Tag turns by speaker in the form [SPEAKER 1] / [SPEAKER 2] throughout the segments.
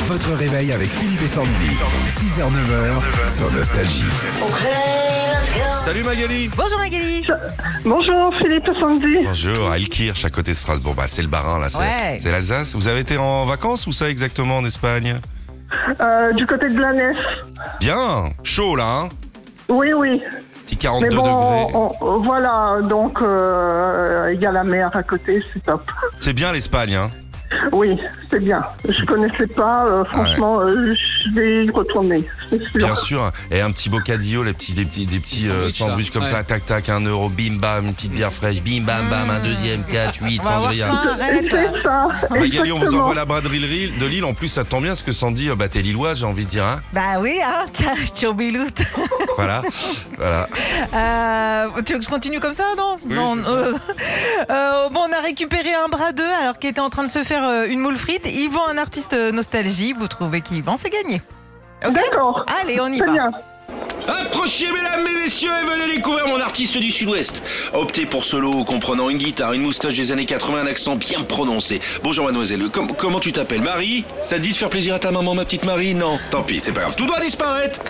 [SPEAKER 1] Votre réveil avec Philippe et Sandy. 6h, 9h, sans nostalgie.
[SPEAKER 2] Salut Magali
[SPEAKER 3] Bonjour Magali
[SPEAKER 4] Bonjour Philippe et Sandy.
[SPEAKER 2] Bonjour, à Elkirch, à côté de Strasbourg. Bah, c'est le Barin, là, c'est
[SPEAKER 3] Ouais.
[SPEAKER 2] c'est l'Alsace. Vous avez été en vacances ou ça exactement en Espagne
[SPEAKER 4] Euh, du côté de Blanès.
[SPEAKER 2] Bien Chaud, là, hein
[SPEAKER 4] Oui, oui.
[SPEAKER 2] Petit
[SPEAKER 4] Mais
[SPEAKER 2] 42
[SPEAKER 4] bon,
[SPEAKER 2] degrés.
[SPEAKER 4] on- on- voilà, donc euh, il y a la mer à côté, c'est top.
[SPEAKER 2] C'est bien l'Espagne, hein
[SPEAKER 4] Oui, c'est bien. Je connaissais pas, euh, franchement, euh, je vais y retourner, c'est sûr.
[SPEAKER 2] Bien sûr. Et un petit bocadillo, les petits, des petits, des petits
[SPEAKER 5] Des
[SPEAKER 2] euh,
[SPEAKER 5] sandwichs, là.
[SPEAKER 2] sandwichs comme
[SPEAKER 5] Ouais.
[SPEAKER 2] ça, tac tac, un euro, bim bam, une petite bière fraîche, bim bam bam, un deuxième, quatre, huit,
[SPEAKER 3] On va avoir
[SPEAKER 2] sangria.
[SPEAKER 3] faim,
[SPEAKER 4] Et
[SPEAKER 3] arrête
[SPEAKER 4] c'est ça,
[SPEAKER 2] Magali, on vous
[SPEAKER 4] exactement.
[SPEAKER 2] envoie la braderie de Lille. En plus, ça tombe bien parce que Sandy, euh, bah, t'es lillois, j'ai envie de dire, hein.
[SPEAKER 3] Bah oui, hein, tiens, tchoubiloute.
[SPEAKER 2] Voilà. voilà.
[SPEAKER 3] Euh, tu veux que je continue comme ça, non Non, euh, euh, Bon, on a récupéré un bras d'eux alors qu'il était en train de se faire euh, une moule frite. Yvan, un artiste euh, nostalgie, vous trouvez qui Yvan, c'est gagné. Ok
[SPEAKER 4] D'accord,
[SPEAKER 3] Allez, on y
[SPEAKER 4] c'est
[SPEAKER 3] va.
[SPEAKER 4] bien.
[SPEAKER 6] Approchez mesdames et messieurs et venez découvrir mon artiste du sud-ouest. Optez pour solo comprenant une guitare, une moustache des années 80, un accent bien prononcé. Bonjour mademoiselle, Com- comment tu t'appelles Marie Ça te dit de faire plaisir à ta maman ma petite Marie Non, tant pis, c'est pas grave, tout doit disparaître.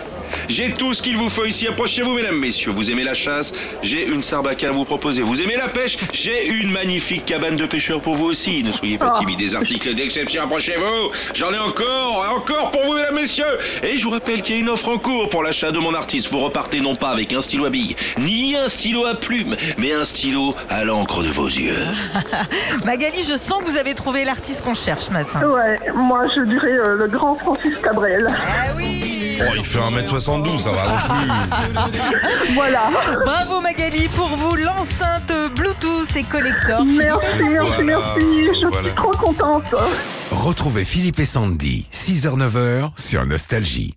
[SPEAKER 6] J'ai tout ce qu'il vous faut ici, approchez-vous mesdames messieurs. Vous aimez la chasse J'ai une sarbacane à vous proposer. Vous aimez la pêche J'ai une magnifique cabane de pêcheurs pour vous aussi. Ne soyez pas
[SPEAKER 4] Oh.
[SPEAKER 6] timides, des articles d'exception, approchez-vous J'en ai encore, et encore pour vous mesdames messieurs Et je vous rappelle qu'il y a une offre en cours pour l'achat de mon artiste. Vous repartez non pas avec un stylo à billes, ni un stylo à plume, mais un stylo à l'encre de vos yeux.
[SPEAKER 3] Magali, je sens que vous avez trouvé l'artiste qu'on cherche ce matin.
[SPEAKER 4] Ouais, moi je dirais euh, le grand Francis Cabrel.
[SPEAKER 3] Ah oui
[SPEAKER 2] Oh, il fait 1m72, ça va non plus.
[SPEAKER 4] voilà,
[SPEAKER 3] Bravo Magali, pour vous, l'enceinte Bluetooth et collector.
[SPEAKER 4] merci, merci,
[SPEAKER 2] Voilà,
[SPEAKER 4] merci, je
[SPEAKER 2] voilà.
[SPEAKER 4] suis trop contente.
[SPEAKER 1] Retrouvez Philippe et Sandy. 6h, 9h, sur Nostalgie.